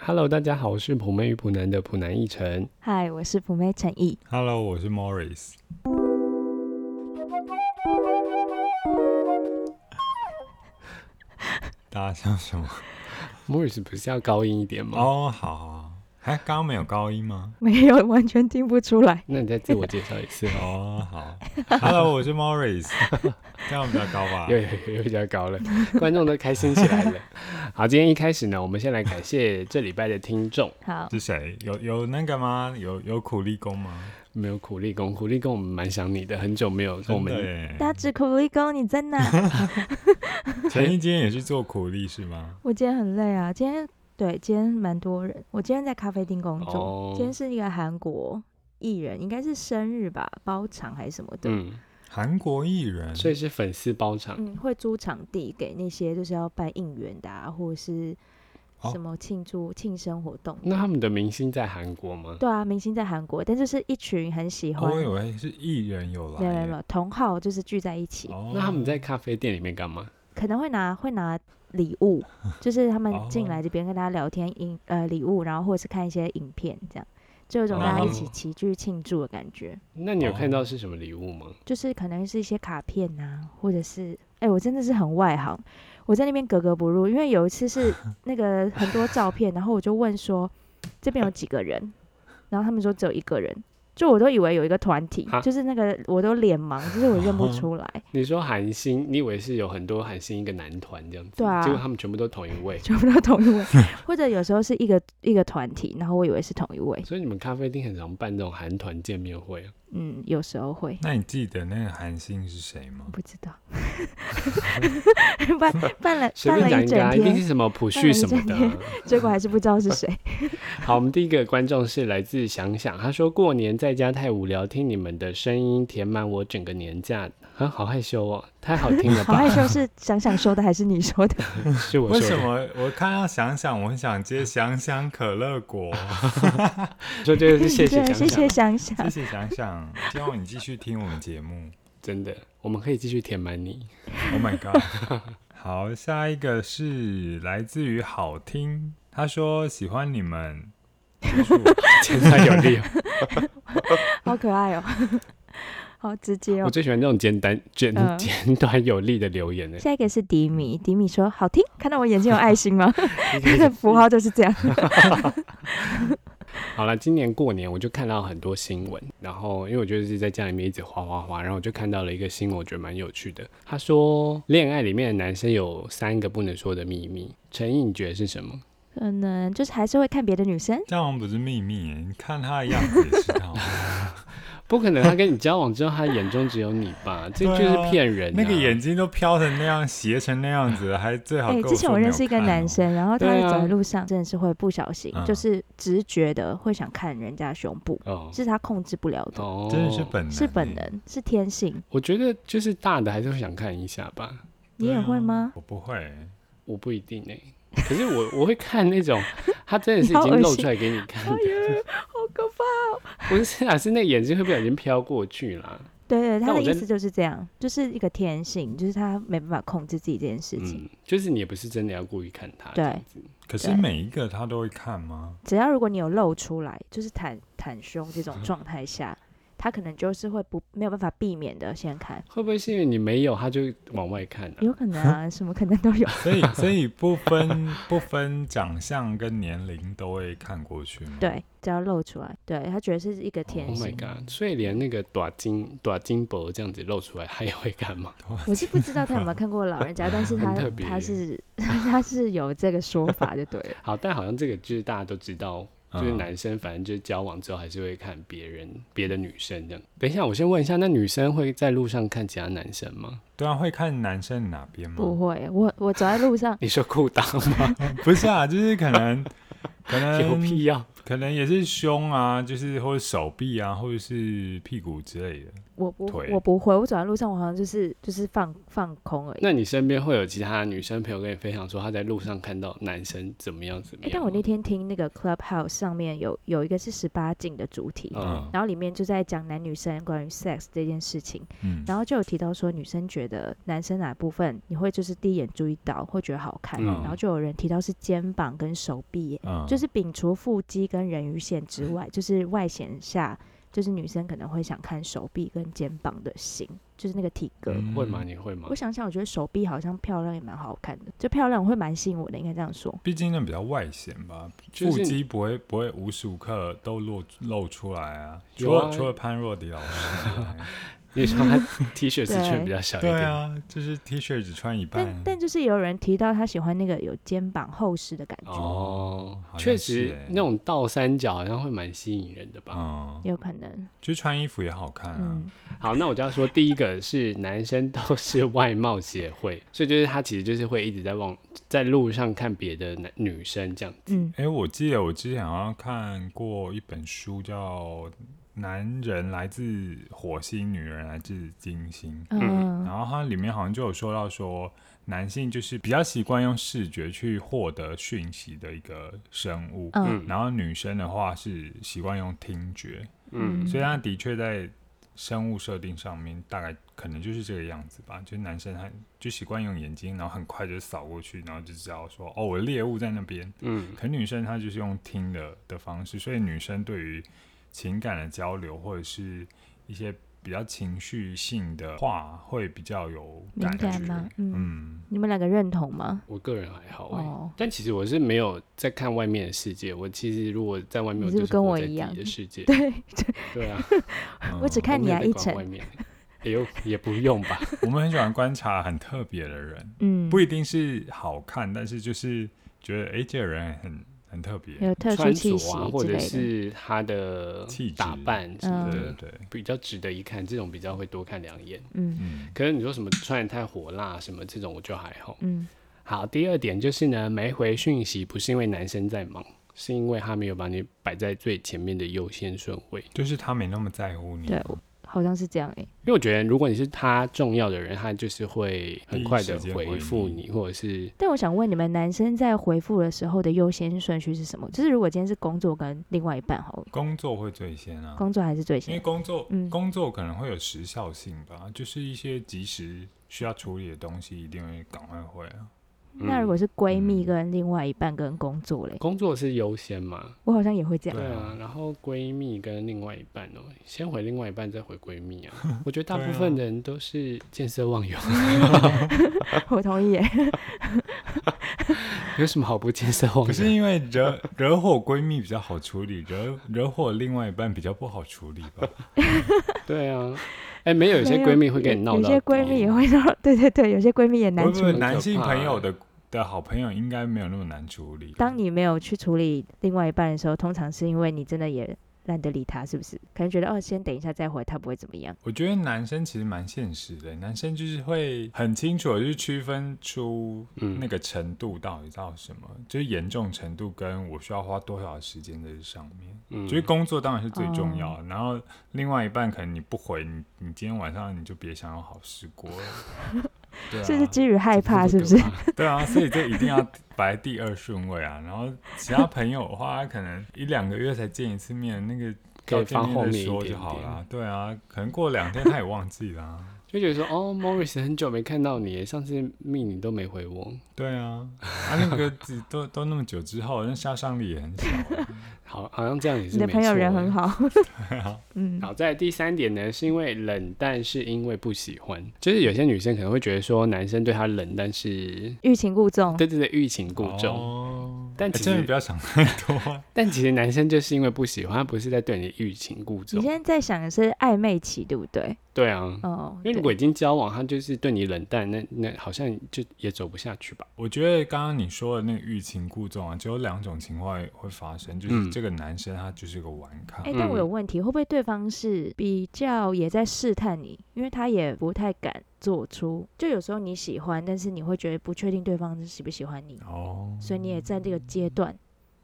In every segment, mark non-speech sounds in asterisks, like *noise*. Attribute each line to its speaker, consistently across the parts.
Speaker 1: Hello，大家好，我是普妹与普男的普男一晨。
Speaker 2: 嗨，我是普妹陈毅。 *laughs*
Speaker 3: Hello，我是 Morris。大家笑
Speaker 1: *laughs*
Speaker 3: 什么？
Speaker 1: Morris 不是要高音一点吗？
Speaker 3: 哦，好好好，哎，刚刚没有高音吗？
Speaker 2: 没有，完全听不出
Speaker 3: *laughs*
Speaker 2: 来。
Speaker 1: 那你再自我介绍一次哦。
Speaker 3: 哦，好。Hello，我是 Morris，这样比较高吧
Speaker 1: *laughs* 又？又又比较高了，观众都开心起
Speaker 3: *laughs*
Speaker 1: 来了。好，今天一开始呢，我们先来感谢这礼拜的听众，
Speaker 2: 好，
Speaker 3: 是谁？有有那个吗？有有苦力工吗？
Speaker 1: 没有苦力工，苦力工我们蛮想你的，很久没有跟我
Speaker 3: 真的
Speaker 1: 们。
Speaker 3: 耶
Speaker 2: 大指苦力工，你在哪？
Speaker 3: *laughs* 陈一今天也是做苦力是吗？
Speaker 2: 我今天很累啊，今天对，今天蛮多人。我今天在咖啡厅工作，
Speaker 1: 哦
Speaker 2: 今天是一个韩国艺人，应该是生日吧，包场还是什么的。
Speaker 1: 嗯，
Speaker 3: 韩国艺人，
Speaker 1: 所以是粉丝包场，
Speaker 2: 嗯，会租场地给那些就是要办应援的、啊，或者是
Speaker 3: 哦
Speaker 2: 什么庆祝庆生活动。
Speaker 1: 那他们的明星在韩国吗？
Speaker 2: 对啊，明星在韩国，但就是一群很喜
Speaker 3: 哦
Speaker 2: 欢，
Speaker 3: 我以为是艺人有来
Speaker 2: 没
Speaker 3: 耶。
Speaker 2: 有没有没有同好，就是聚在一起。
Speaker 3: 哦
Speaker 1: 那他们在咖啡店里面干嘛？
Speaker 2: 可能会拿会拿礼物，就是他们
Speaker 3: 哦
Speaker 2: 进来这边跟大家聊天，影呃礼物，然后或者是看一些影片，这样就有一种大家一起
Speaker 1: 哦
Speaker 2: 齐聚庆祝的感觉。
Speaker 1: 那你有
Speaker 3: 哦
Speaker 1: 看到是什么礼物吗？
Speaker 2: 就是可能是一些卡片呐、或者是哎、我真的是很外行，我在那边格格不入，因为有一次是那个很多照片，然后我就问说这边有几个人，然后他们说只有一个人。就我都以为有一个团体
Speaker 1: 哈，
Speaker 2: 就是那个我都脸盲，就是我认不出来，
Speaker 1: 你说韩星，你以为是有很多韩星一个男团这样子，
Speaker 2: 对啊
Speaker 1: 结果他们全部都同一位。
Speaker 2: 全部都同一位， *laughs* 或者有时候是一个一个团体，然后我以为是同一位，
Speaker 1: 所以你们咖啡厅很常办这种韩团见面会啊。
Speaker 2: 嗯，有时候会，
Speaker 3: 那你记得那个韩星是谁吗
Speaker 2: 我？不知道， *laughs* 办办了
Speaker 1: 随
Speaker 2: 办
Speaker 1: 便
Speaker 2: 了
Speaker 1: 讲
Speaker 2: 一
Speaker 1: 个、
Speaker 2: 整
Speaker 1: 啊，一定
Speaker 2: 天，
Speaker 1: 是什么普旭什么的
Speaker 2: 办了一整
Speaker 1: 啊。
Speaker 2: 结果还是不知道是谁。
Speaker 1: 好，我们第一个观众是来自想想，他说过年在家太无聊，听你们的声音填满我整个年假，啊，好害羞哦，太好听了
Speaker 2: *laughs* 好害
Speaker 1: 吧？
Speaker 2: 羞，是想想说的还是你说
Speaker 1: *laughs*
Speaker 2: 的？
Speaker 1: 是我
Speaker 3: 为
Speaker 1: 说
Speaker 3: 什
Speaker 1: 的，
Speaker 3: 么我看到想想，我很
Speaker 1: *laughs*
Speaker 3: 想接想想可乐果？
Speaker 1: 说这个是谢谢
Speaker 2: *laughs* 对，
Speaker 1: 想
Speaker 2: 谢
Speaker 1: 想，啊
Speaker 2: 谢想想。
Speaker 3: 谢谢想想，希望你继续听我们节目。
Speaker 1: 真的，我们可以继续填满你。 *laughs*
Speaker 3: Oh my god！好，下一个是来自于好听，他说喜欢你
Speaker 1: *laughs*
Speaker 3: 们，就是我
Speaker 1: 前三有
Speaker 2: *laughs*
Speaker 1: 力哦，
Speaker 2: 好可爱哦， *laughs* 好直接
Speaker 1: 我
Speaker 2: 哦。
Speaker 1: 最喜欢这种简单、简 *laughs*
Speaker 2: 嗯
Speaker 1: 简短有力的留言呢。
Speaker 2: 下一个是迪米，迪米说好听，看到我眼睛有
Speaker 1: *laughs*
Speaker 2: 爱心吗？
Speaker 1: 你可
Speaker 2: 他
Speaker 1: 以
Speaker 2: 的符号就是这样。 *laughs*
Speaker 1: 好了，今年过年我就看到很多新闻，然后因为我就是在家里面一直滑滑滑，然后我就看到了一个新闻，我觉得蛮有趣的。他说，恋爱里面的男生有三个不能说的秘密，陈毅你觉得是什么？
Speaker 2: 可能就是还是会看别的女生，
Speaker 3: 这样好像不是秘密耶，你看他的样子也知
Speaker 1: *laughs* 哎
Speaker 3: 道，
Speaker 1: *laughs* 不可能，他跟你交往之后，他眼中只有你吧？这
Speaker 3: 对啊
Speaker 1: 就是骗人、
Speaker 3: 那个眼睛都飘成那样，斜成那
Speaker 1: *laughs*
Speaker 3: 样子，还最好
Speaker 2: 哎、
Speaker 3: 跟我
Speaker 2: 之前
Speaker 3: 说
Speaker 2: 我
Speaker 3: 没
Speaker 2: 认
Speaker 3: 有
Speaker 2: 识一个
Speaker 3: 看
Speaker 2: 男
Speaker 3: 哦，
Speaker 2: 生，然后他
Speaker 1: 对
Speaker 2: 会
Speaker 1: 啊
Speaker 2: 走在路上，真的是会不小心，
Speaker 3: 嗯
Speaker 2: 就是直觉的会想看人家胸部，
Speaker 1: 哦
Speaker 2: 是他控制不了的，
Speaker 1: 哦，
Speaker 3: 真的是。本能，
Speaker 2: 是本。能，是天性。
Speaker 1: 我觉得就是大的还是会想看一下吧，
Speaker 2: 你也会吗？
Speaker 3: 我不会，
Speaker 1: 我不一定哎、可是我我会看那
Speaker 2: *laughs*
Speaker 1: 种，他真的是已
Speaker 2: 你
Speaker 1: 经
Speaker 2: 好恶
Speaker 1: 露
Speaker 2: 心
Speaker 1: 出来给你看
Speaker 2: 哎
Speaker 1: 的，
Speaker 2: 呀，好可怕！哦
Speaker 1: 不是啊，是那眼睛会不小心飘过去啦。
Speaker 2: 对对，
Speaker 1: 但
Speaker 2: 他
Speaker 1: 我
Speaker 2: 的
Speaker 1: 在
Speaker 2: 意思就是这样，就是一个天性，就是他没办法控制自己这件事情。
Speaker 1: 嗯，就是你也不是真的要故意看他，
Speaker 2: 对
Speaker 1: 这样子
Speaker 3: 可是
Speaker 2: 对
Speaker 3: 每一个他都会看吗？
Speaker 2: 只要如果你有露出来，就是袒袒胸这种状态下，他可能就是会不没有办法避免的先看，
Speaker 1: 会不会是因为你没有，他就往外看啊？
Speaker 2: 有可能啊，什么可能都有。
Speaker 3: 所以所以不分不分长相跟年龄都会看过去吗？，
Speaker 2: 对，只要露出来，对他觉得是一个天
Speaker 1: Oh
Speaker 2: 性。
Speaker 1: my god！所以连那个短金短金箔这样子露出来，他也会干
Speaker 2: *laughs*
Speaker 1: 嘛？
Speaker 2: 我是不知道他有
Speaker 1: *laughs*
Speaker 2: 没有看过老人家，但是他
Speaker 1: 很特别
Speaker 2: 他是 *laughs* 他是有这个说法就对
Speaker 1: *laughs*
Speaker 2: 了。
Speaker 1: 好，但好像这个就是大家都知道，就是
Speaker 3: 嗯
Speaker 1: 男生反正就是交往之后还是会看别人别的女生这样。等一下，我先问一下，那女生会在路上看其他男生吗？
Speaker 3: 对啊，会看男生哪边吗？
Speaker 1: 嗯
Speaker 2: 不会，我我走在路上，
Speaker 1: *laughs* 你说裤裆吗？
Speaker 3: 不是啊，就是可能可
Speaker 1: 有
Speaker 3: 能
Speaker 1: 必要？
Speaker 3: 可能也是胸啊，就是或者手臂啊，或者是屁股之类的。
Speaker 2: 我不
Speaker 3: 腿
Speaker 2: 我不会，我走在路上，我好像就是就是放放空而已。
Speaker 1: 那你身边会有其他女生朋友跟你分享说她在路上看到男生怎么样怎么
Speaker 2: 哎、
Speaker 1: 样吗？
Speaker 2: 但我那天听那个 Clubhouse 上面有有一个是十八禁的主题，
Speaker 1: 嗯
Speaker 2: 然后里面就在讲男女生关于 sex 这件事情，
Speaker 3: 嗯，
Speaker 2: 然后就有提到说女生觉得男生哪部分你会就是第一眼注意到会觉得好看，
Speaker 1: 嗯
Speaker 2: 然后就有人提到是肩膀跟手臂耶，
Speaker 3: 嗯，
Speaker 2: 就是摒除腹肌跟人鱼线之外，就是外显下就是女生可能会想看手臂跟肩膀的型，就是那个体格。
Speaker 3: 嗯
Speaker 1: 会吗？你会吗
Speaker 2: 我？想想，我觉得手臂好像漂亮也蛮好看的，就漂亮会蛮吸引我的，应该这样说。
Speaker 3: 毕竟那比较外显吧，
Speaker 1: 就是
Speaker 3: 腹肌不会不会无时无刻都露露出来啊。
Speaker 1: 有
Speaker 3: 除
Speaker 1: 啊
Speaker 3: 了除了潘若迪老师
Speaker 1: *laughs*
Speaker 3: 以外，
Speaker 1: 你说她 T 恤是
Speaker 2: 对
Speaker 1: 穿比较小一
Speaker 3: 对
Speaker 1: 点，
Speaker 3: 啊，就是 T 恤只穿一半
Speaker 2: 但，但就是有人提到他喜欢那个有肩膀厚实的感觉，
Speaker 1: 哦
Speaker 3: 好，像
Speaker 1: 确实
Speaker 3: 是欸
Speaker 1: 那种倒三角好像会蛮吸引人的吧。
Speaker 3: 嗯，
Speaker 2: 有可能。
Speaker 3: 就穿衣服也好看啊
Speaker 2: 嗯。，
Speaker 1: 好，那我就要说，第一个是男生都是外貌协会，所以就是他其实就是会一直在往在路上看别的男女生这样。
Speaker 2: 嗯，
Speaker 3: 哎、我记得我之前好像看过一本书，叫《男人来自火星，女人来自金星》，
Speaker 2: 嗯
Speaker 3: 然后它里面好像就有说到说，男性就是比较习惯用视觉去获得讯息的一个生物，
Speaker 2: 嗯
Speaker 3: 然后女生的话是习惯用听觉，
Speaker 1: 嗯，
Speaker 3: 所以它的确在生物设定上面大概可能就是这个样子吧，就是男生他就习惯用眼睛，然后很快就扫过去，然后就知道说哦，我的猎物在那边。
Speaker 1: 嗯，
Speaker 3: 可女生她就是用听的的方式，所以女生对于情感的交流或者是一些比较情绪性的话，会比较有
Speaker 2: 敏
Speaker 3: 感
Speaker 2: 感
Speaker 3: 觉。
Speaker 2: 吗？嗯，
Speaker 3: 嗯，
Speaker 2: 你们两个认同吗？
Speaker 1: 我个人还好、欸，
Speaker 2: 哦，
Speaker 1: 但其实我是没有在看外面的世界。我其实如果在外面，
Speaker 2: 你
Speaker 1: 我
Speaker 2: 是不是
Speaker 1: 就是
Speaker 2: 跟
Speaker 1: 活
Speaker 2: 我
Speaker 1: 在
Speaker 2: 一
Speaker 1: 自己
Speaker 2: 样
Speaker 1: 的世界。
Speaker 2: 对，
Speaker 1: *laughs* 对啊，
Speaker 3: 嗯
Speaker 2: 我只看你啊，
Speaker 1: 一
Speaker 2: 一
Speaker 1: 成。
Speaker 2: 晨
Speaker 1: 外。面也有也不用吧。
Speaker 3: 我们很喜欢观察很特别的人，
Speaker 2: 嗯，
Speaker 3: 不一定是好看，但是就是觉得哎、诶这个人很很特别。
Speaker 2: 有特殊
Speaker 1: 穿
Speaker 2: 气
Speaker 1: 着
Speaker 2: 息
Speaker 1: 啊，或
Speaker 2: 之
Speaker 1: 者
Speaker 2: 类的。
Speaker 1: 是他的
Speaker 3: 气质嗯
Speaker 1: 打扮什么
Speaker 3: 对
Speaker 1: 的，
Speaker 3: 对对，
Speaker 1: 比较值得一看。这种比较会多看两眼。
Speaker 2: 嗯
Speaker 3: 嗯，
Speaker 1: 可是你说什么穿的太火辣什么这种，我就还好。
Speaker 2: 嗯，
Speaker 1: 好，第二点就是呢，没回讯息不是因为男生在忙，是因为他没有把你摆在最前面的优先顺位。
Speaker 3: 就是他没那么在乎你。
Speaker 2: 对，我好像是这样欸诶。
Speaker 1: 因为我觉得，如果你是他重要的人，他就是会很快的回复
Speaker 3: 第一时间回
Speaker 1: 你，或者是
Speaker 2: 但我想问你们，男生在回复的时候的优先顺序是什么？就是如果今天是工作跟另外一半好了，
Speaker 3: 工作会最先啊，
Speaker 2: 工作还是最
Speaker 3: 因为
Speaker 2: 先？
Speaker 3: 工作、
Speaker 2: 嗯
Speaker 3: 工作可能会有时效性吧，就是一些及时需要处理的东西，一定会赶快会啊。
Speaker 2: 那如果是闺蜜
Speaker 3: 嗯
Speaker 2: 跟另外一半跟工作嘞，
Speaker 1: 工作是优先嘛？
Speaker 2: 我好像也会这样。
Speaker 1: 对
Speaker 3: 对啊
Speaker 1: 啊，然后闺蜜跟另外一半哦，先回另外一半，再回闺蜜
Speaker 3: *laughs*
Speaker 1: 啊。我觉得大
Speaker 3: 对啊
Speaker 1: 部分的人都是见色忘友， *laughs*
Speaker 2: 我同意耶。
Speaker 1: 有什么好不见色忘
Speaker 3: 可是
Speaker 1: 友？
Speaker 3: 因为惹 *laughs* 惹火闺蜜比较好处理，惹惹火另外一半比较不好处理吧。
Speaker 1: 对啊，哎，没有有些
Speaker 2: 没
Speaker 1: 闺蜜会跟你闹
Speaker 2: 有
Speaker 1: 到，
Speaker 2: 些闺蜜也会闹， *laughs* 对对对，有些闺蜜也 *laughs* 难
Speaker 3: 不
Speaker 2: 处
Speaker 3: 不，
Speaker 2: 理。
Speaker 3: 男性朋友的的好朋友应该没有那么难处理。
Speaker 2: 当你没有去处理另外一半的时候，通常是因为你真的也懒得理他，是不是？可能觉得哦，先等一下再回，他不会怎么样。
Speaker 3: 我觉得男生其实蛮现实的，男生就是会很清楚的去区分出
Speaker 1: 嗯
Speaker 3: 那个程度到底到什么，就是严重程度跟我需要花多少时间在这上面。
Speaker 1: 嗯
Speaker 3: 就是工作当然是最重要的，然后另外一半可能你不回，你你今天晚上你就别想有好事过了。
Speaker 1: *laughs*
Speaker 3: 对啊，
Speaker 2: 这是基于害怕，是不是？？
Speaker 3: 对啊，所以这一定要摆第二顺位啊。然后其他朋友的话，他可能一两个月才见一次面，那个
Speaker 1: 可以
Speaker 3: 到见
Speaker 1: 放后
Speaker 3: 面
Speaker 1: 面
Speaker 3: 再
Speaker 1: 一
Speaker 3: 说
Speaker 1: 点
Speaker 3: 就好
Speaker 1: 点
Speaker 3: 啦。对啊，可能过两天他也忘记啦、
Speaker 1: *laughs* 就觉得说，哦，Morris 很久没看到你耶，上次密你都没回我。
Speaker 3: 对啊，啊那个只都都那么久之后，那杀伤力也很小啊、
Speaker 1: 好，好像这样也是
Speaker 2: 你的
Speaker 1: 没
Speaker 2: 朋友
Speaker 1: 错欸耶
Speaker 2: 人很好，
Speaker 1: *laughs*
Speaker 2: 嗯，
Speaker 1: 好，在第三点呢，是因为冷淡是因为不喜欢，就是有些女生可能会觉得说男生对她冷淡是，
Speaker 2: 欲擒故纵，
Speaker 1: 对对对，欲擒故纵。
Speaker 3: 哦
Speaker 1: 但
Speaker 3: 哎
Speaker 1: 其
Speaker 3: 真的
Speaker 1: 实
Speaker 3: 不要想太多啊、
Speaker 1: 但其实男生就是因为不喜欢，他不是在对你欲擒故
Speaker 2: 你
Speaker 1: 纵
Speaker 2: 现。在在想的是暧昧期，对不对？
Speaker 1: 对啊，
Speaker 2: 哦，
Speaker 1: 因为如
Speaker 2: 对
Speaker 1: 果已经交往，他就是对你冷淡，那那好像就也走不下去吧。
Speaker 3: 我觉得刚刚你说的那个欲擒故纵啊，只有两种情况会发生，就
Speaker 1: 嗯
Speaker 3: 是这个男生他就是个玩咖，
Speaker 2: 哎、但我
Speaker 1: 嗯
Speaker 2: 有问题，会不会对方是比较也在试探你？因为他也不太敢做出，就有时候你喜欢，但是你会觉得不确定对方是喜不喜欢你，
Speaker 3: 哦，
Speaker 2: 所以你也在这个阶段，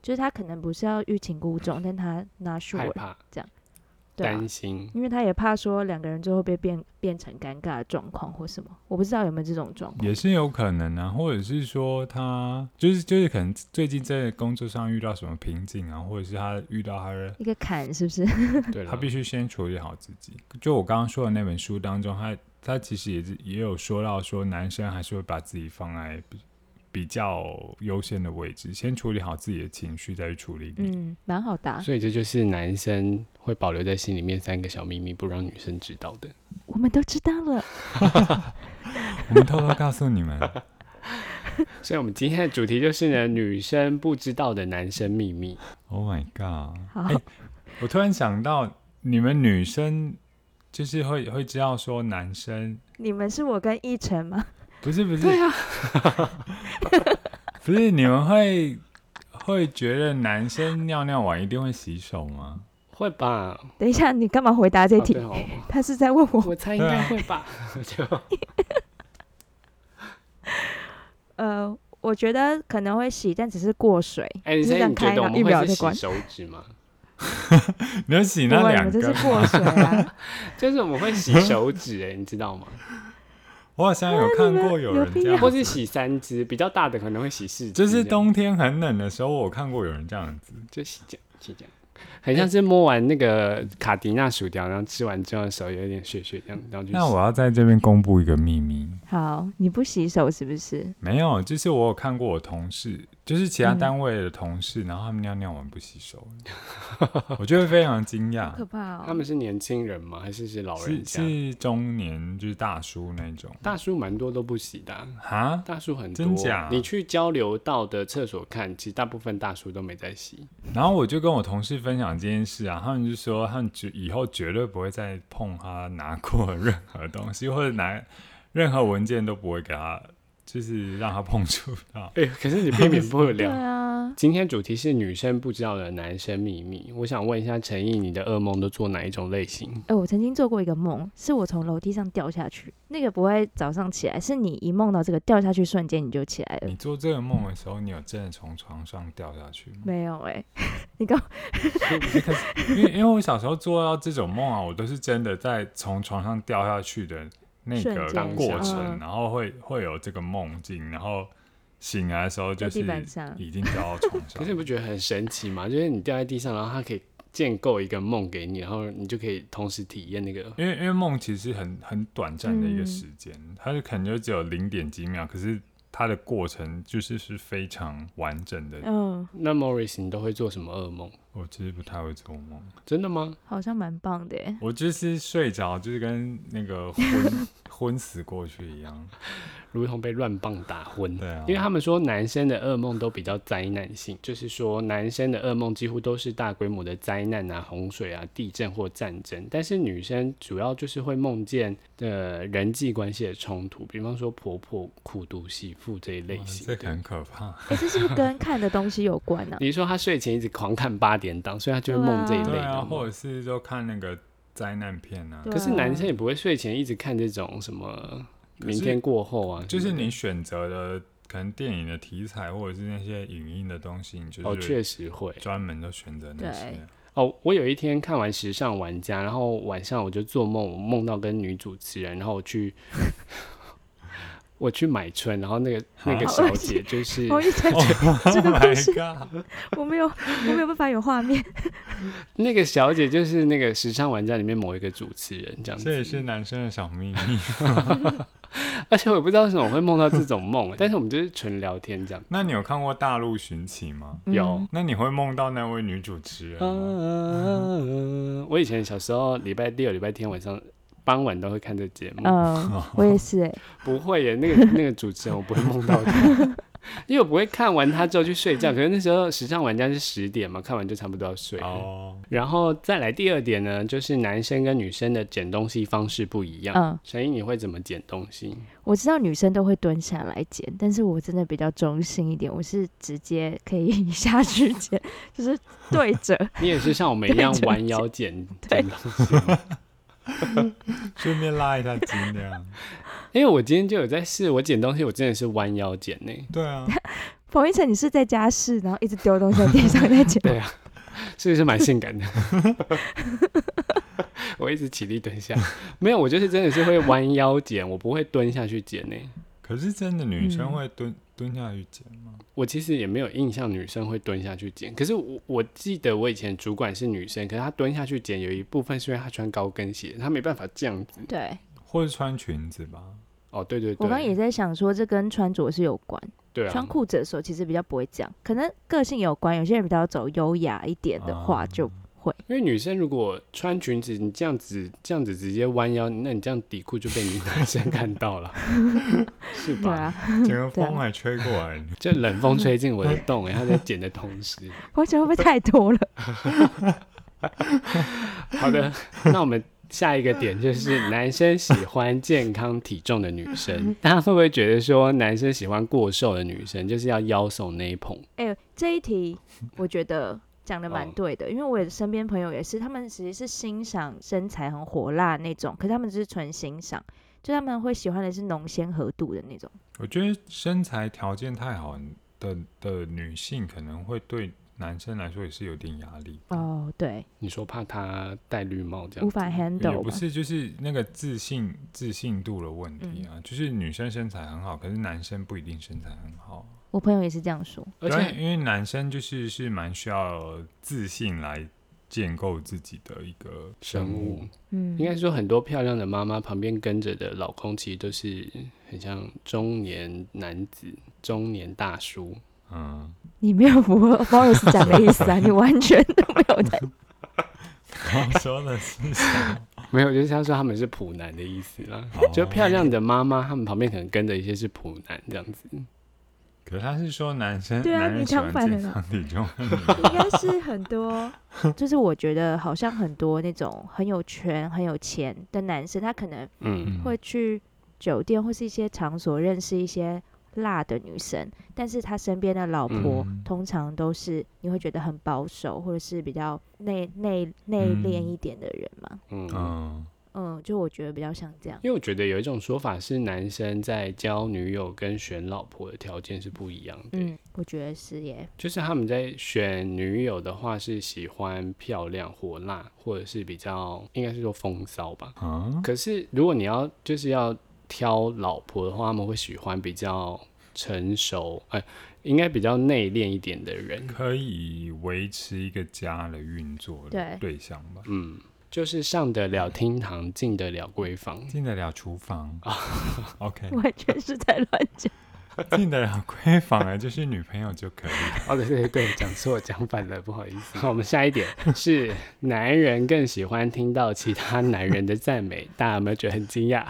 Speaker 2: 就是他可能不是要欲擒故纵，但他拿树
Speaker 1: 害
Speaker 2: 尾，
Speaker 1: 怕、
Speaker 2: 对、啊
Speaker 1: 担，
Speaker 2: *laughs*
Speaker 1: 心，
Speaker 2: 因为他也怕说两个人最后被变变成尴尬的状况或什么，我不知道有没有这种状况。
Speaker 3: 也是有可能啊，或者是说他就是就是可能最近在工作上遇到什么瓶颈啊，或者是他遇到他的
Speaker 2: 一个坎是不是？
Speaker 1: 对了，
Speaker 3: 他必须先处理好自己。就我刚刚说的那本书当中，他他其实也是也有说到说，男生还是会把自己放在比比较优先的位置，先处理好自己的情绪，再去处理你。
Speaker 2: 嗯，蛮好答。
Speaker 1: 所以这就是男生会保留在心里面三个小秘密，不让女生知道的。
Speaker 2: 我们都知道了， *laughs*
Speaker 3: 我们偷偷告诉你们，
Speaker 1: 所以我们今天的主题就是呢，女生不知道的男生秘密。
Speaker 3: Oh my god！
Speaker 2: 好
Speaker 3: 哎我突然想到，你们女生就是会会知道说男生
Speaker 2: 你们是我跟奕晨吗？
Speaker 3: 不是不是，对啊， *laughs* 不是你们会会觉得男生尿尿完一定会洗手吗？
Speaker 1: 会吧？
Speaker 2: 等一下，你干嘛回答这
Speaker 3: 啊
Speaker 1: 哦
Speaker 2: 题？
Speaker 1: 对
Speaker 2: *laughs*
Speaker 1: 哦，
Speaker 2: 他是在问我，
Speaker 1: 我猜应该会
Speaker 3: *laughs*
Speaker 1: 吧。就
Speaker 3: 哦
Speaker 2: 呃，我觉得可能会洗，但只是过水，
Speaker 1: *laughs* 哎，你
Speaker 2: 就是
Speaker 1: 所以
Speaker 2: 让
Speaker 1: 你觉
Speaker 2: 开，
Speaker 1: 得我
Speaker 2: 然后一
Speaker 1: 们
Speaker 2: 秒
Speaker 1: 会
Speaker 2: 就是关
Speaker 1: 洗。手指吗？ *laughs*
Speaker 3: 你要洗
Speaker 2: 不
Speaker 3: 那
Speaker 2: 会，你
Speaker 3: 两
Speaker 2: 们这
Speaker 3: 根
Speaker 2: 是过水
Speaker 3: *laughs*
Speaker 2: 啊！
Speaker 1: 就是我们会洗手指，哎，你知道吗？
Speaker 3: 我好像有看过有人这
Speaker 2: 你们有
Speaker 3: 样
Speaker 1: 或
Speaker 2: 必
Speaker 1: 是
Speaker 3: 子，
Speaker 1: 洗三只，比较大的可能会洗四只这
Speaker 3: 就
Speaker 1: 样。
Speaker 3: 是冬天很冷的时候，我看过有人这样子。
Speaker 1: 就洗脚洗脚，很像是摸完那个卡迪娜薯条，然后吃完之后手有点血血这样，然后就
Speaker 3: 那
Speaker 1: 洗
Speaker 3: 我要在这边公布一个秘密，
Speaker 2: 好，你不洗手是不是？
Speaker 3: 没有，就是我有看过我同事，就是其他
Speaker 2: 嗯
Speaker 3: 单位的同事，然后他们尿尿完不洗手， *laughs* 我就会非常惊讶。
Speaker 2: 可怕哦
Speaker 1: 他们是年轻人吗？还是是老人
Speaker 3: 是
Speaker 1: 家？
Speaker 3: 是中年，就是大叔那种
Speaker 1: 大叔蛮多都不洗的啊、
Speaker 3: 哈，
Speaker 1: 大叔很多。
Speaker 3: 真假
Speaker 1: 你去交流道的厕所看，其实大部分大叔都没在洗。
Speaker 3: 然后我就跟我同事分享这件事啊，他们就说他们绝以后绝对不会再碰他拿过的任何东西，或者拿任何文件都不会给他，就是让他碰触到。
Speaker 1: 哎、 *laughs* 可是你避免不
Speaker 2: 对
Speaker 1: 了。
Speaker 2: 啊，
Speaker 1: 今天主题是女生不知道的男生秘密。我想问一下陈毅，你的噩梦都做哪一种类型？
Speaker 2: 哎、我曾经做过一个梦，是我从楼梯上掉下去，那个不会早上起来，是你一梦到这个掉下去瞬间你就起来了
Speaker 3: 你。做这个梦的时候，你有真的从床上掉下去吗？
Speaker 2: 没有哎、 *laughs* 你刚
Speaker 3: 因为因为我小时候做到这种梦啊，我都是真的在从床上掉下去的那
Speaker 2: 瞬
Speaker 3: 个
Speaker 2: 间
Speaker 3: 过
Speaker 2: 嗯
Speaker 3: 程，然后会会有这个梦境，然后醒来的时候就
Speaker 2: 在
Speaker 3: 是
Speaker 2: 地板上
Speaker 3: 已经掉到床上
Speaker 1: *laughs* 可是你不觉得很神奇吗？就是你掉在地上，然后它可以建构一个梦给你，然后你就可以同时体验那个
Speaker 3: 因为因为梦其实很很短暂的一个
Speaker 2: 嗯
Speaker 3: 时间，它就可能就只有零点几秒，可是它的过程就是是非常完整的。
Speaker 2: 嗯，
Speaker 1: 那 Morris，你都会做什么噩梦？
Speaker 3: 我其实不太会做梦，
Speaker 1: 真的吗？
Speaker 2: 好像蛮棒的、欸。
Speaker 3: 我就是睡着就是跟那个昏 *laughs* 昏死过去一样。
Speaker 1: 如同被乱棒打昏。
Speaker 3: 对啊，
Speaker 1: 因为他们说男生的噩梦都比较灾难性，就是说男生的噩梦几乎都是大规模的灾难啊、洪水啊、地震或战争，但是女生主要就是会梦见呃人际关系的冲突，比方说婆婆、苦读媳妇这一类
Speaker 3: 哇
Speaker 1: 型
Speaker 3: 这
Speaker 1: 的
Speaker 3: 个很可怕。
Speaker 2: 哎、这是不是跟看的东西有关呢、啊？
Speaker 1: 你是说她睡前一直狂看八点档，所以她就会梦这一类
Speaker 3: 对啊，
Speaker 1: 的
Speaker 3: 或
Speaker 1: 吗。
Speaker 3: 者是就看那个灾难片啊
Speaker 2: 对，
Speaker 1: 可是男生也不会睡前一直看这种什么
Speaker 3: 可
Speaker 1: 明
Speaker 3: 是
Speaker 1: 天过后啊什么的，
Speaker 3: 就是你选择的可能电影的题材或者是那些影音的东西，你
Speaker 1: 哦，
Speaker 3: 就
Speaker 1: 确
Speaker 3: 是
Speaker 1: 实会。
Speaker 3: 专门都选择那些
Speaker 2: 对。
Speaker 3: *laughs*
Speaker 1: 哦，我有一天看完《时尚玩家》，然后晚上我就做梦，我梦到跟女主持人，然后我
Speaker 3: *laughs*
Speaker 1: 去我去买春，然后那个那个
Speaker 3: 啊
Speaker 1: 小姐 *laughs* 就是
Speaker 2: 我一直这
Speaker 3: Oh
Speaker 2: 个故事
Speaker 3: my god！
Speaker 2: *laughs* 我没有，我没有办法有画面。
Speaker 1: 那个小姐就是那个《时尚玩家》里面某一个主持人这样
Speaker 3: 这也
Speaker 1: 子，
Speaker 3: 是男生的小秘密。
Speaker 1: *laughs*
Speaker 2: *laughs*
Speaker 1: 而且我也不知道为什么我会梦到这种梦，但是我们就是纯聊天
Speaker 3: *laughs*
Speaker 1: 这样。
Speaker 3: 那你有看过《大陆寻奇》吗？
Speaker 1: 有
Speaker 2: 嗯
Speaker 3: 那你会梦到那位女主持人
Speaker 1: 呃
Speaker 3: 吗？啊
Speaker 1: 嗯，我以前小时候礼拜六、礼拜天晚上傍晚都会看这节目，
Speaker 2: 嗯，我也是哎、
Speaker 1: *laughs* 不会耶，那
Speaker 2: *laughs*
Speaker 1: 个那个主持人我不会梦到他，因为我不会看完他之后去睡觉。可是那时候时尚玩家是十点嘛，看完就差不多要睡了。
Speaker 3: 哦，
Speaker 1: 然后再来第二点呢，就是男生跟女生的捡东西方式不一样。
Speaker 2: 嗯，
Speaker 1: 陈毅，你会怎么捡东西？
Speaker 2: 我知道女生都会蹲下来捡，但是我真的比较中性一点，我是直接可以 *laughs* 下去捡，就是对 *laughs* 折。
Speaker 1: 你也是像我们一样
Speaker 2: 对
Speaker 1: 弯腰捡
Speaker 2: *laughs* 对
Speaker 1: 捡东西吗？
Speaker 3: 顺便拉一下筋这样。
Speaker 2: *laughs*
Speaker 1: 因为我今天就有在试，我捡东西，我真的是弯腰捡呢、，
Speaker 3: 对啊，
Speaker 2: 冯一晨，你是在家试，然后一直丢东西在地上在捡 *laughs*
Speaker 1: 对啊，是不是蛮性感的？我一直起立蹲下，没有，我就是真的是会弯腰捡，我不会蹲下去捡呢、
Speaker 3: 可是真的女生
Speaker 2: 嗯
Speaker 3: 会蹲、蹲下去捡吗？
Speaker 1: 我其实也没有印象女生会蹲下去捡，可是我我记得我以前主管是女生，可是她蹲下去捡有一部分是因为她穿高跟鞋，她没办法这样子。
Speaker 2: 对
Speaker 3: 或者穿裙子吧？
Speaker 1: 哦，对对对，
Speaker 2: 我刚刚也在想说，这跟穿着是有关。
Speaker 1: 对啊，
Speaker 2: 穿裤子的时候其实比较不会这样，可能个性有关。有些人比较走优雅一点的话
Speaker 3: 啊
Speaker 2: 就，
Speaker 1: 因为女生如果穿裙子，你这样子这样子直接弯腰，那你这样底裤就被你男生看到了，是
Speaker 2: *laughs* 对
Speaker 1: 吧？
Speaker 2: 啊，
Speaker 3: 整个
Speaker 2: 对啊
Speaker 3: 风还吹过来，
Speaker 1: 就冷风吹进我的洞，然后在剪的同时，
Speaker 2: 我觉得会不会太多了？
Speaker 1: 好
Speaker 3: *laughs*
Speaker 1: 的，那我们下一个点就是男生喜欢健康体重的女
Speaker 3: 嗯
Speaker 1: 生，大家会不会觉得说男生喜欢过瘦的女生就是要腰瘦那一捧？
Speaker 2: 哎、这
Speaker 1: *laughs*
Speaker 2: 一题我觉得讲的蛮
Speaker 1: 哦
Speaker 2: 对的，因为我也身边朋友也是，他们其实是欣赏身材很火辣那种，可是他们只是纯欣赏，就他们会喜欢的是浓鲜合度的那种。
Speaker 3: 我觉得身材条件太好的的女性，可能会对男生来说也是有点压力。
Speaker 2: 哦，对，
Speaker 1: 你说怕她戴绿帽这
Speaker 2: 无
Speaker 3: 嗯
Speaker 1: 样？
Speaker 2: 法
Speaker 3: 也
Speaker 2: handle
Speaker 3: 不
Speaker 2: 哦吧？
Speaker 3: 是，就是那个自信自信度的问题
Speaker 2: 嗯
Speaker 3: 啊，就是女生身材很好，可是男生不一定身材很好。
Speaker 2: 我朋友也是这样说。
Speaker 1: 而
Speaker 3: 对啊
Speaker 1: 且
Speaker 3: 因为男生就是是蛮需要自信来建构自己的一个
Speaker 1: 生物
Speaker 2: 嗯，
Speaker 1: 应该说很多漂亮的妈妈旁边跟着的老公，其实都是很像中年男子、中年大叔。
Speaker 3: 嗯，
Speaker 2: 你没有符合 Morris 讲的意
Speaker 1: *laughs*
Speaker 2: 思啊，你完全都没有在。
Speaker 3: 我说的是什
Speaker 2: *laughs*
Speaker 3: 么？
Speaker 1: 没有，就是他说他们是普男的意思啦
Speaker 3: 哦，
Speaker 1: 就漂亮的妈妈，他们旁边可能跟着一些是普男这样子。
Speaker 3: 可是他是说男生，
Speaker 2: 对啊
Speaker 3: 男人
Speaker 2: 你
Speaker 3: 喜欢
Speaker 2: 唱反
Speaker 3: 健
Speaker 2: 了
Speaker 3: 康体重，
Speaker 2: 应该是很多，就是我觉得好像很多那种很有权、很有钱的男生，他可能
Speaker 1: 嗯，
Speaker 2: *laughs*
Speaker 3: 嗯
Speaker 2: 会去酒店或是一些场所认识一些辣的女生，但是他身边的老婆
Speaker 3: 嗯
Speaker 2: 通常都是你会觉得很保守，或者是比较内内内敛一点的人嘛。
Speaker 1: 嗯，
Speaker 3: 嗯，
Speaker 2: 嗯，就我觉得比较像这样。
Speaker 1: 因为我觉得有一种说法是，男生在交女友跟选老婆的条件是不一样的，
Speaker 2: 嗯，我觉得是耶。 *laughs*
Speaker 1: 就是他们在选女友的话是喜欢漂亮、火辣，或者是比较应该是说风骚吧。
Speaker 3: 啊，
Speaker 1: 可是如果你要就是要挑老婆的话，他们会喜欢比较成熟，哎、应该比较内敛一点的人。
Speaker 3: 可以维持一个家的运作的
Speaker 2: 对
Speaker 3: 对象吧，
Speaker 1: 嗯，就是上得了厅堂，进得了闺房。
Speaker 3: 进得了厨房
Speaker 1: 啊
Speaker 3: *laughs* ，OK，
Speaker 2: 完全是在乱讲。
Speaker 3: 进得了闺房啊，就是女朋友就可以
Speaker 1: *laughs*
Speaker 3: 了。
Speaker 1: 哦，对对对，讲错讲反了，不好意思。好，我们下一点是男人更喜欢听到其他男人的赞美，大家有没有觉得很惊讶？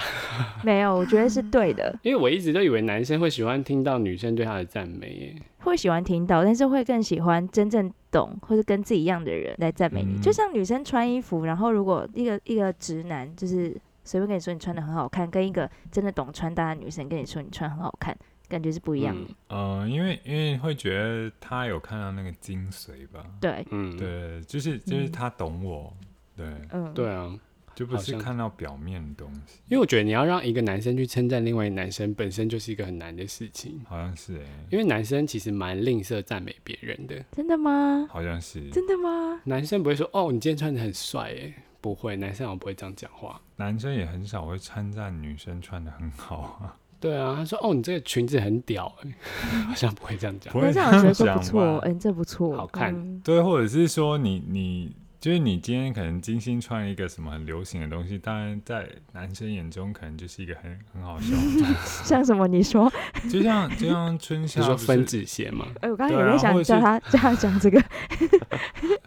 Speaker 2: 没有，我觉得是对的，
Speaker 1: 因为我一直都以为男生会喜欢听到女生对他的赞美耶。
Speaker 2: 会喜欢听到，但是会更喜欢真正懂或者跟自己一样的人来赞美你。
Speaker 3: 嗯
Speaker 2: 就像女生穿衣服，然后如果一个一个直男就是随便跟你说你穿的很好看，跟一个真的懂穿搭的女生跟你说你穿很好看，感觉是不一样的。
Speaker 3: 嗯，因为因为会觉得他有看到那个精髓吧，
Speaker 2: 对，
Speaker 1: 嗯，对
Speaker 3: 对，就是就是
Speaker 2: 嗯
Speaker 3: 他懂我，对，
Speaker 2: 嗯，
Speaker 1: 对啊，
Speaker 3: 就不
Speaker 1: 好
Speaker 3: 是
Speaker 1: 像
Speaker 3: 看到表面的东西，
Speaker 1: 因为我觉得你要让一个男生去称赞另外一个男生，本身就是一个很难的事情。
Speaker 3: 好像是哎、
Speaker 1: 因为男生其实蛮吝啬赞美别人的，
Speaker 2: 真的吗？
Speaker 3: 好像是
Speaker 2: 真的吗？
Speaker 1: 男生不会说哦，你今天穿的很帅耶，不会，男生好像不会这样讲话。
Speaker 3: 男生也很少会称赞女生穿的很好啊，
Speaker 1: 对啊，他说哦，你这个裙子很屌耶， *laughs* 好像不会这样讲。
Speaker 3: 不
Speaker 2: 男
Speaker 3: 会
Speaker 2: 生
Speaker 3: 这
Speaker 2: 好像觉得说不
Speaker 3: 样讲
Speaker 2: 错，
Speaker 3: 吧？
Speaker 2: 嗯，这不错，
Speaker 1: 好看
Speaker 2: 嗯
Speaker 3: 对，或者是说你你就是你今天可能精心穿一个什么很流行的东西，当然在男生眼中可能就是一个很很好笑的东西，
Speaker 2: 像什么？你说，
Speaker 3: 就像就像春夏
Speaker 1: 你说
Speaker 3: 不是
Speaker 1: 分指鞋吗？
Speaker 2: 哎、我刚刚
Speaker 3: 对
Speaker 2: 也
Speaker 3: 啊
Speaker 2: 在想
Speaker 3: 或者
Speaker 2: 叫
Speaker 3: 是
Speaker 2: 他叫他讲这个，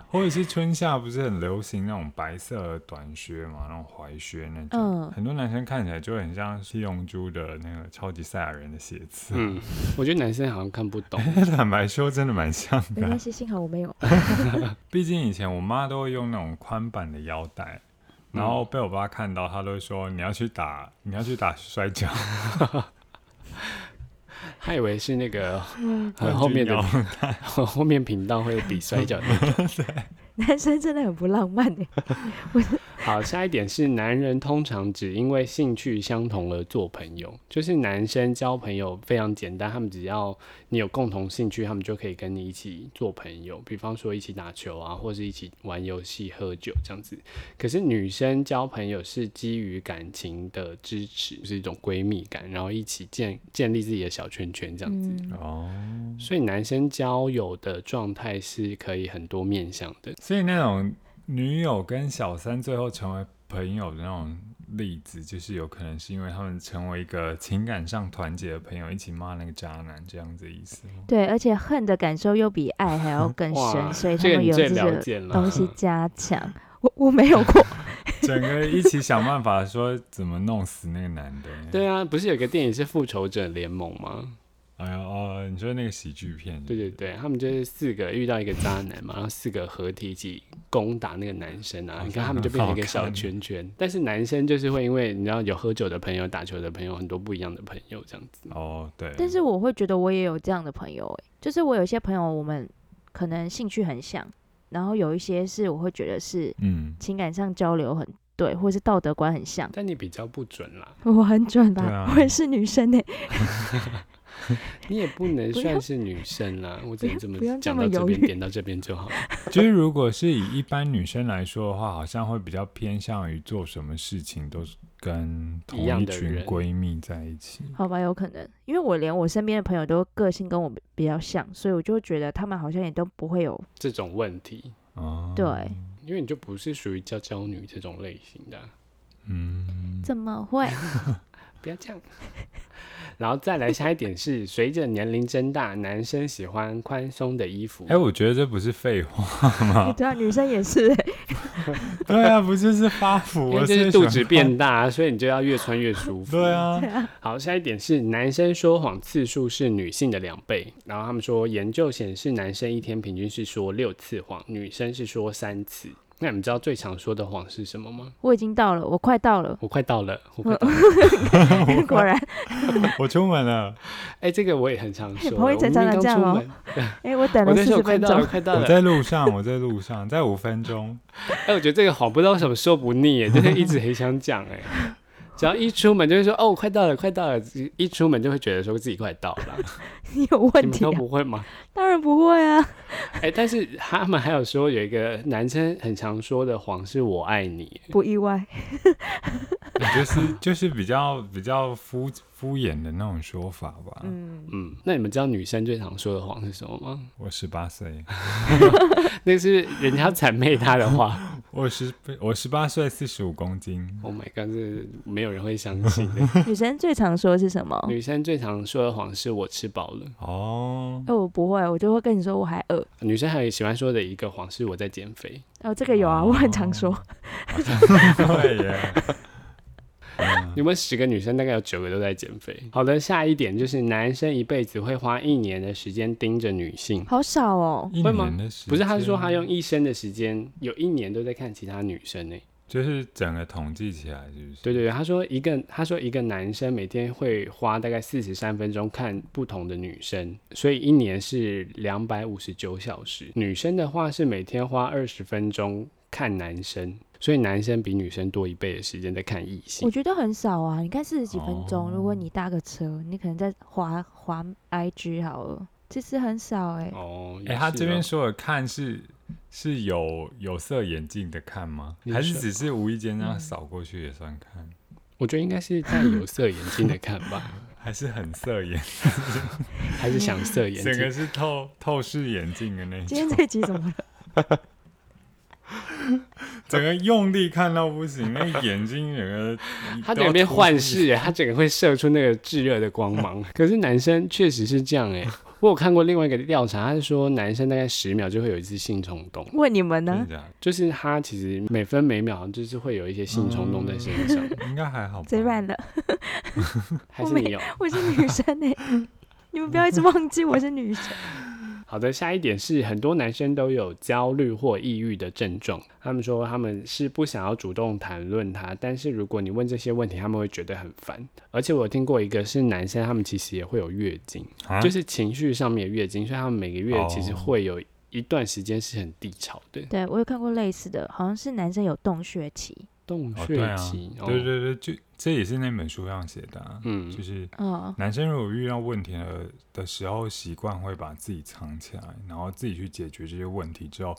Speaker 3: 或者是春夏不是很流行那种白色的短靴嘛，那种踝靴那种，
Speaker 2: 嗯
Speaker 3: 很多男生看起来就很像七龙珠的那个超级赛亚人的鞋子。 *laughs*
Speaker 1: 嗯，我觉得男生好像看不懂。
Speaker 3: 坦白说，真的蛮像
Speaker 2: 没
Speaker 3: 的
Speaker 2: 关
Speaker 3: 啊。
Speaker 2: 系，幸好我没有。 *laughs*
Speaker 3: 毕竟以前我妈都会用那种宽版的腰带，
Speaker 1: 嗯
Speaker 3: 然后被我爸看到，他都会说你要去打，你要去打摔跤，
Speaker 1: 他以为是那个
Speaker 2: 嗯
Speaker 1: 呃后面的
Speaker 3: 冠军
Speaker 1: *laughs*
Speaker 3: 腰
Speaker 1: 后面频道会比摔跤的，
Speaker 2: 男生真的很不浪漫哎，我
Speaker 1: 好，下一点是男人通常只因为兴趣相同而做朋友，就是男生交朋友非常简单，他们只要你有共同兴趣，他们就可以跟你一起做朋友，比方说一起打球啊，或是一起玩游戏、喝酒这样子。可是女生交朋友是基于感情的支持，是一种闺蜜感，然后一起建建立自己的小圈圈这样子。
Speaker 2: 嗯，
Speaker 3: 哦，
Speaker 1: 所以男生交友的状态是可以很多面向的。
Speaker 3: 所以那种女友跟小三最后成为朋友的那种例子，就是有可能是因为他们成为一个情感上团结的朋友，一起骂那个渣男这样子的意思吗？
Speaker 2: 对，而且恨的感受又比爱还
Speaker 1: *laughs*
Speaker 2: 要更
Speaker 1: 哇，
Speaker 2: 深，所以他
Speaker 1: 这个
Speaker 2: 们
Speaker 1: 你
Speaker 2: 有
Speaker 1: 最
Speaker 2: 这
Speaker 1: 了
Speaker 2: 个
Speaker 1: 解了。*laughs*
Speaker 2: 东西加强。我我没有过，
Speaker 3: 整个一起想办法说怎么弄死那个男的。
Speaker 1: *laughs* 对啊，不是有个电影是《复仇者联盟》
Speaker 2: 嗯
Speaker 1: 吗？
Speaker 3: 哎呀哦，你说那个喜剧片？
Speaker 1: 对对对，他们就是四个遇到一个渣男嘛，然后四个合体一起攻打那个男生啊。
Speaker 3: 好
Speaker 1: 你
Speaker 3: 像
Speaker 1: 看他们就变成一个
Speaker 2: 啊
Speaker 1: 小圈圈，但是男生就是会因为你知道有喝酒的朋友、打球的朋友，很多不一样的朋友这样子。
Speaker 3: 哦对。
Speaker 2: 但是我会觉得我也有这样的朋友、欸，就是我有些朋友我们可能兴趣很像，然后有一些是我会觉得是
Speaker 3: 嗯，
Speaker 2: 情感上交流很对，或是道德观很像。
Speaker 1: 但你比较不准啦，
Speaker 2: 我很准吧？
Speaker 3: 对啊
Speaker 2: 我也是女生呢、欸
Speaker 1: 你也不能
Speaker 2: 不要
Speaker 1: 算是女生啦。我只能这么
Speaker 2: 不要这
Speaker 1: 讲
Speaker 2: 么
Speaker 1: 到这
Speaker 2: 犹
Speaker 1: 边，
Speaker 2: 豫
Speaker 1: 点到这边就好。
Speaker 3: 就是如果是以一般女生来说的话，好像会比较偏向于做什么事情都是跟同
Speaker 1: 一样
Speaker 3: 一
Speaker 1: 的
Speaker 3: 群
Speaker 1: 人
Speaker 3: 闺蜜在一起。
Speaker 2: 好吧，有可能，因为我连我身边的朋友都个性跟我比较像，所以我就觉得他们好像也都不会有
Speaker 1: 这种问题，
Speaker 3: 哦，
Speaker 2: 对，
Speaker 1: 因为你就不是属于娇娇女这种类型的啊、
Speaker 3: 嗯，
Speaker 2: 怎
Speaker 1: *laughs*
Speaker 2: 么会？
Speaker 1: 不要这样。 *laughs* 然后再来下一点是，随着年龄增大，男生喜欢宽松的衣服
Speaker 3: 哎、。我觉得这不是废
Speaker 1: *laughs*
Speaker 2: *laughs*
Speaker 3: 话，
Speaker 2: 对啊，女生也是、欸，
Speaker 3: *laughs* 对啊，不就是发福，
Speaker 1: 因为
Speaker 3: 我
Speaker 1: 这是
Speaker 3: 是
Speaker 1: 肚子 *laughs* 变大，啊所以你就要越穿越舒服。
Speaker 3: 对。啊，
Speaker 1: 好，下一点是男生说谎次数是女性的两倍。然后他们说，研究显示男生一天平均是说六次谎，女生是说三次。那你们知道最常说的谎是什么吗？
Speaker 2: 我已经到了，我快到了，
Speaker 1: 我快到了，我快到了。 *laughs*
Speaker 2: 果然，
Speaker 3: 我出门了，
Speaker 1: 哎、这个我也很常说。
Speaker 2: 彭昱晨常常这样哦
Speaker 1: 我明明刚出
Speaker 2: *laughs* 哎、我等
Speaker 1: 门我那
Speaker 2: 了四
Speaker 1: 时候
Speaker 2: 十
Speaker 1: 快
Speaker 2: 分
Speaker 1: 到了，
Speaker 2: 钟，
Speaker 1: 快到
Speaker 3: 我
Speaker 1: 了。
Speaker 3: 在路上，我在路上，在五分钟，
Speaker 1: 哎、我觉得这个谎不知道什么时候不腻耶，真的一直很想讲哎。只要一出门就会说哦，快到了，快到了，一出门就会觉得说自己快到了。
Speaker 2: 你有
Speaker 1: 你
Speaker 2: 问
Speaker 1: 们
Speaker 2: 题、
Speaker 1: 都
Speaker 2: 啊？
Speaker 1: 不会吗？
Speaker 2: 当然不会啊，
Speaker 1: 哎、但是他们还有说有一个男生很常说的谎是我爱你，
Speaker 2: 不意外。
Speaker 3: 就是就是比较比较敷敷衍的那种说法吧。
Speaker 2: 嗯，
Speaker 1: 嗯，那你们知道女生最常说的谎是什么吗？
Speaker 3: 我十八岁，
Speaker 1: 那是人家谄媚他的话。
Speaker 3: 我十我十八岁，四十五公斤，
Speaker 1: oh my god，这没有人会相信的。
Speaker 2: 女生最常说是什么？
Speaker 1: 女生最常说的谎是我吃饱了， *laughs*
Speaker 3: 哦，
Speaker 2: 哎、我不会，我就会跟你说我还饿。
Speaker 1: 女生还有喜欢说的一个谎是我在减肥。
Speaker 2: 哦，这个有啊，我很常说。
Speaker 1: 哦
Speaker 3: 对耶，
Speaker 1: 有没有十个女生大概有九个都在减肥？好的，下一点就是男生一辈子会花一年的时间盯着女性，
Speaker 2: 好少哦，
Speaker 3: 一
Speaker 1: 会吗
Speaker 3: 年的时间，
Speaker 1: 不是？他是说他用一生的时间，有一年都在看其他女生呢、
Speaker 3: 就是整个统计起来，是不是？
Speaker 1: 对对对，他说一个他说一个男生每天会花大概四十三分钟看不同的女生，所以一年是两百五十九小时。女生的话是每天花二十分钟看男生，所以男生比女生多一倍的时间在看异性
Speaker 2: 我。觉得很少啊。你看四十几分钟，
Speaker 3: 哦
Speaker 2: 如果你搭个车，你可能在滑滑 IG 好了，其实很少哎、
Speaker 1: 哦，也
Speaker 3: 哎、他
Speaker 1: 是
Speaker 3: 这边
Speaker 1: 哦
Speaker 3: 说的看是是有有色眼镜的看吗？
Speaker 1: 你
Speaker 3: 还是
Speaker 1: 说
Speaker 3: 只是无意间这样
Speaker 2: 嗯
Speaker 3: 扫过去也算看？
Speaker 1: 我觉得应该是戴有色眼镜的看吧。
Speaker 3: 还是很色眼，
Speaker 1: 还是想色眼
Speaker 3: 整个
Speaker 1: 睛。
Speaker 3: 是透透视眼镜的那
Speaker 2: 今
Speaker 3: 种，
Speaker 2: 天这集怎
Speaker 1: *laughs*
Speaker 2: 么了？
Speaker 3: 整个用力看到不行，那眼睛整个
Speaker 1: *laughs* 他
Speaker 3: 都
Speaker 1: 整
Speaker 3: 要
Speaker 1: 个变
Speaker 3: 凸
Speaker 1: 幻
Speaker 3: 出
Speaker 1: 视耶，他整个会射出那个炙热的光芒。可是男生确实是这样哎，我有看过另外一个调查，他是说男生大概十秒就会有一次性冲动，
Speaker 2: 问你们
Speaker 3: 真的
Speaker 2: 呢？
Speaker 3: 假的
Speaker 1: 就是他其实每分每秒就是会有一些性冲动在身上，
Speaker 3: 应该还好吧？
Speaker 2: 谁软了？
Speaker 1: 哦还是你有？
Speaker 2: 我是女生哎、
Speaker 1: *laughs*
Speaker 2: 你们不要一直忘记我是女生。
Speaker 1: 好的，下一点是很多男生都有焦虑或抑郁的症状。他们说他们是不想要主动谈论它，但是如果你问这些问题，他们会觉得很烦。而且我有听过一个是男生，他们其实也会有月经，
Speaker 3: 啊
Speaker 1: 就是情绪上面的月经，所以他们每个月
Speaker 3: 哦
Speaker 1: 其实会有一段时间是很低潮的。
Speaker 3: 啊
Speaker 2: 对我有看过类似的，好像是男生有洞穴期，
Speaker 1: 洞
Speaker 3: 哦，
Speaker 1: 穴
Speaker 3: 对啊，
Speaker 1: 期，哦
Speaker 3: 对，对对，就这也是那本书上写的、啊，
Speaker 1: 嗯
Speaker 3: 就是
Speaker 2: 嗯，
Speaker 3: 男生如果遇到问题的的时候，习惯会把自己藏起来，然后自己去解决这些问题之后，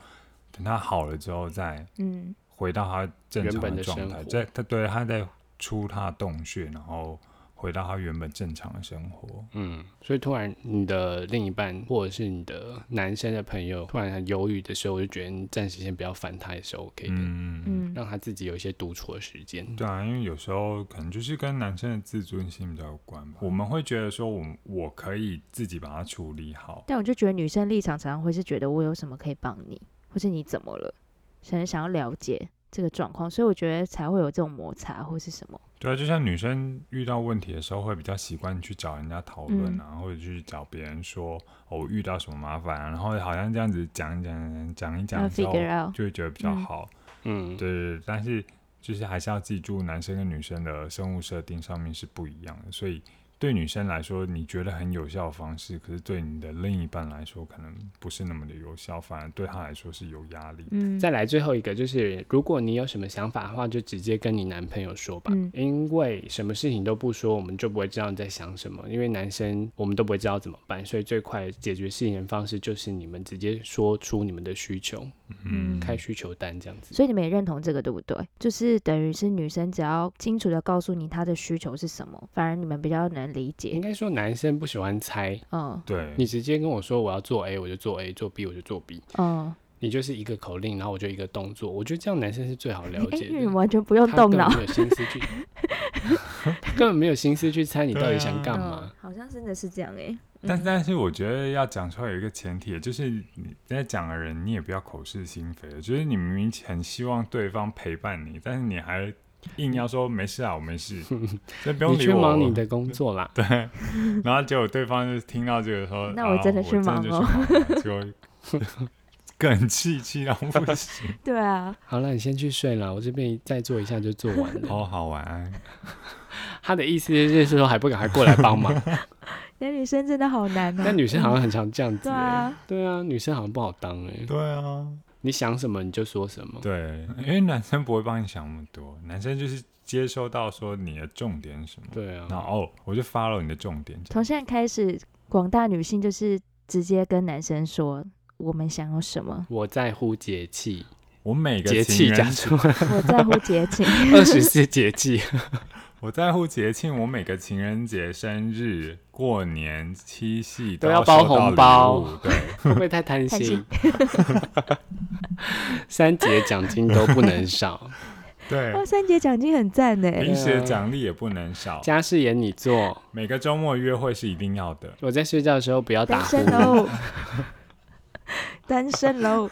Speaker 3: 等他好了之后再
Speaker 2: 嗯，
Speaker 3: 回到他正
Speaker 1: 原
Speaker 3: 常
Speaker 1: 本的
Speaker 3: 状
Speaker 1: 生
Speaker 3: 态，
Speaker 1: 活
Speaker 3: 在他对他在出他的洞穴，然后回到他原本正常的生活。
Speaker 1: 嗯，所以突然你的另一半或者是你的男生的朋友突然很忧郁的时候，我就觉得你暂时先不要烦他也是 OK 的，
Speaker 3: 嗯嗯嗯，
Speaker 2: 嗯，
Speaker 1: 让他自己有一些独处的时间。
Speaker 3: 对啊，因为有时候可能就是跟男生的自尊心比较有关吧。我们会觉得说我我可以自己把它处理好，
Speaker 2: 但我就觉得女生立场常常会是觉得我有什么可以帮你，或是你怎么了，想想要了解这个状况，所以我觉得才会有这种摩擦或是什么。
Speaker 3: 对啊，就像女生遇到问题的时候，会比较习惯去找人家讨
Speaker 2: 嗯
Speaker 3: 论啊，或者去找别人说哦，我遇到什么麻烦、啊，然后好像这样子讲一讲讲一
Speaker 2: 要
Speaker 3: 讲之后，
Speaker 2: figure out
Speaker 3: 就会觉得比较
Speaker 2: 嗯
Speaker 3: 好。
Speaker 1: 嗯，
Speaker 3: 对对对，但是就是还是要记住，男生跟女生的生物设定上面是不一样的，所以对女生来说，你觉得很有效的方式，可是对你的另一半来说，可能不是那么的有效，反而对他来说是有压力。
Speaker 2: 嗯，
Speaker 1: 再来最后一个就是，如果你有什么想法的话，就直接跟你男朋友说吧，
Speaker 2: 嗯
Speaker 1: 因为什么事情都不说，我们就不会知道你在想什么。因为男生我们都不会知道怎么办，所以最快解决事情的方式就是你们直接说出你们的需求，
Speaker 2: 嗯
Speaker 1: 开需求单这样子。
Speaker 2: 所以你们也认同这个对不对？就是等于是女生只要清楚的告诉你她的需求是什么，反而你们比较能理
Speaker 1: 应
Speaker 2: 解。
Speaker 1: 该说男生不喜欢猜，
Speaker 2: 嗯
Speaker 3: 对，
Speaker 1: 你直接跟我说我要做 A，我就做 A；做 B，我就做 B。
Speaker 2: 嗯，
Speaker 1: 你就是一个口令，然后我就一个动作，我觉得这样男生是最好了
Speaker 2: 哎、
Speaker 1: 解
Speaker 2: 你们
Speaker 1: 的。
Speaker 2: 完全不用
Speaker 1: 他
Speaker 2: 动
Speaker 1: 根
Speaker 2: 脑
Speaker 1: 本。没有心
Speaker 2: *laughs*
Speaker 1: 思去，他根本没有心思去猜你到底想干嘛
Speaker 2: 嗯。，好像真的是这样哎、
Speaker 3: 但但是我觉得要讲出来有一个前提，就是你在讲的人，你也不要口是心非。就是你明明很希望对方陪伴你，但是你还硬要说没事啊，我没 *laughs* 事，所以啊不用
Speaker 1: 你
Speaker 3: 理
Speaker 1: 去
Speaker 3: 我。
Speaker 1: 忙你
Speaker 3: *laughs*
Speaker 1: 的工作啦。对，
Speaker 3: 然后结果对方就听到这个说，
Speaker 2: 那我真的
Speaker 3: 啊
Speaker 2: 去忙
Speaker 3: 我真的就 *laughs* 去忙了，结果更气气到不行。
Speaker 2: 对啊，
Speaker 1: 好了，你先去睡了，我这边再做一下就做完
Speaker 3: *laughs*
Speaker 1: 了。
Speaker 3: 好好晚安，
Speaker 1: 他的意思就是说还不赶快过来帮
Speaker 3: *laughs*
Speaker 1: 忙，
Speaker 2: 那女生真的好
Speaker 1: *laughs*
Speaker 2: 难哦、
Speaker 1: 但女生好像很常这样子、
Speaker 2: 对
Speaker 1: 欸。
Speaker 2: 啊，
Speaker 1: 对啊，女生好像不好当哎、
Speaker 3: 对啊，
Speaker 1: 你想什么你就说什么。
Speaker 3: 对，因为男生不会帮你想那么多，男生就是接收到说你的重点是什么，
Speaker 1: 对
Speaker 3: 然
Speaker 1: 啊，
Speaker 3: 后哦，我就 follow 你的重点，
Speaker 2: 从现在开始，广大女性就是直接跟男生说我们想要什么，
Speaker 1: 我在乎节气，
Speaker 3: 我每个
Speaker 1: 节
Speaker 3: 情
Speaker 1: 气
Speaker 3: 人
Speaker 1: 讲
Speaker 3: 节，
Speaker 1: 出来，
Speaker 2: 我在乎
Speaker 1: *laughs*
Speaker 2: 节庆。
Speaker 1: 二十四节气。
Speaker 3: 我在乎节庆，我每个情人节、生日、过年、七夕
Speaker 1: 都要
Speaker 3: 收
Speaker 1: 包红
Speaker 3: 到
Speaker 1: 包
Speaker 3: 礼物，对，
Speaker 1: 会不会太贪
Speaker 2: 贪
Speaker 1: 心
Speaker 2: 心？
Speaker 1: *laughs* 三节奖金都不能
Speaker 3: *laughs*
Speaker 1: 少，
Speaker 2: *laughs* 哦，
Speaker 3: 对，
Speaker 2: 三节奖金很赞呢、
Speaker 3: 平时的奖励也不能少，
Speaker 1: 家事也你做。
Speaker 3: 每个周末约会是一定要的。
Speaker 1: 我在睡觉的时候不要
Speaker 2: 单
Speaker 1: 打呼
Speaker 2: 身。
Speaker 1: *laughs*
Speaker 2: 喽，单身喽，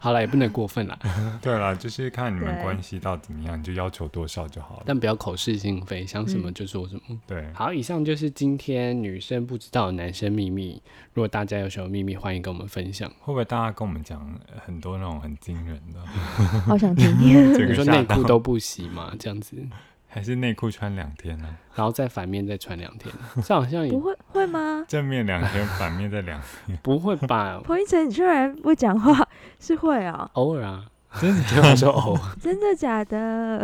Speaker 1: 好了，也不能过分啦， *laughs*
Speaker 3: 对了，就是看你们
Speaker 2: 对
Speaker 3: 关系到怎么样，你就要求多少就好了。
Speaker 1: 但不要口是心非，想什么
Speaker 2: 嗯
Speaker 1: 就说什么。
Speaker 3: 对，
Speaker 1: 好，以上就是今天女生不知道的男生秘密。如果大家有什么秘密，欢迎跟我们分享。
Speaker 3: 会不会大家跟我们讲呃很多那种很惊人
Speaker 1: *laughs*
Speaker 3: 的？
Speaker 2: 好想听。
Speaker 3: 这
Speaker 1: 你
Speaker 3: 个
Speaker 1: 说
Speaker 3: 吓
Speaker 1: 内
Speaker 3: 到
Speaker 1: 裤都不洗嘛，这样子，
Speaker 3: 还是内裤穿两天呢、
Speaker 1: 然后再反面再穿两天，这好像也，
Speaker 2: 不会会吗？
Speaker 3: 正面两天，反面再两天
Speaker 1: 不会
Speaker 2: *laughs*
Speaker 1: 吧？
Speaker 2: 彭一晨，你居然不讲话，是会哦？
Speaker 1: 偶尔啊，
Speaker 3: 真的
Speaker 1: 对我说偶尔，
Speaker 2: 真的假的？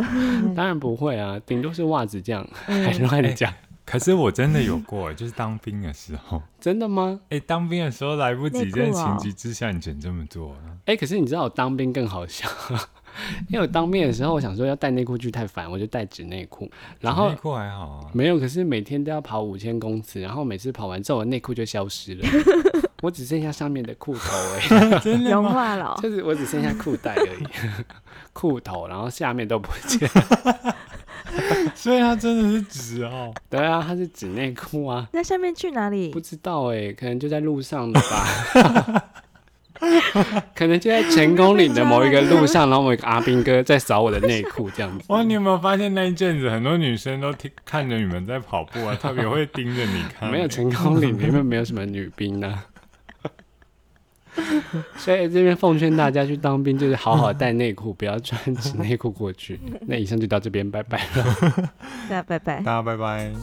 Speaker 1: 当然不会啊，顶多是袜子这样，还是
Speaker 2: 嗯，
Speaker 1: 乱讲。
Speaker 3: 可是我真的有过，就是当兵的时候，
Speaker 1: 真的吗？
Speaker 3: 哎、当兵的时候来不及，
Speaker 2: 内裤
Speaker 3: 真的情
Speaker 2: 哦
Speaker 3: 急之下你只能这么做、啊。
Speaker 1: 哎、可是你知道我当兵更好笑，因为我当兵的时候，我想说要带内裤去太烦，我就带纸内裤，然后
Speaker 3: 内裤还好啊，
Speaker 1: 没有，可是每天都要跑五千公尺，然后每次跑完之后，我内裤就消失了， *laughs* 我只剩下上面的裤头哎、
Speaker 3: 真的
Speaker 2: 融
Speaker 3: 吗？
Speaker 2: 化了
Speaker 1: *laughs*
Speaker 2: 哦，
Speaker 1: 就是我只剩下裤带而已， *laughs* 裤头，然后下面都不见 *laughs* 了。
Speaker 3: 所以它真的是纸哦。
Speaker 1: 对啊，它是纸内裤啊，
Speaker 2: 那下面去哪里
Speaker 1: 不？知道哎、可能就在路上了吧。可能就在成功岭的某一个路上，然后某一个阿兵哥在扫我的内裤，这样子。
Speaker 3: 哇，你有没有发现那一阵子很多女生都听看着你们在跑步啊，特别会盯着你看、
Speaker 1: 没有
Speaker 3: 欸
Speaker 1: 成功岭里面没有什么女兵呢、 *laughs* 所以这边奉劝大家去当兵，就是好好带内裤，不要穿纸内裤过去。那以上就到这边，拜拜。
Speaker 2: 那拜拜。
Speaker 3: 大家拜拜。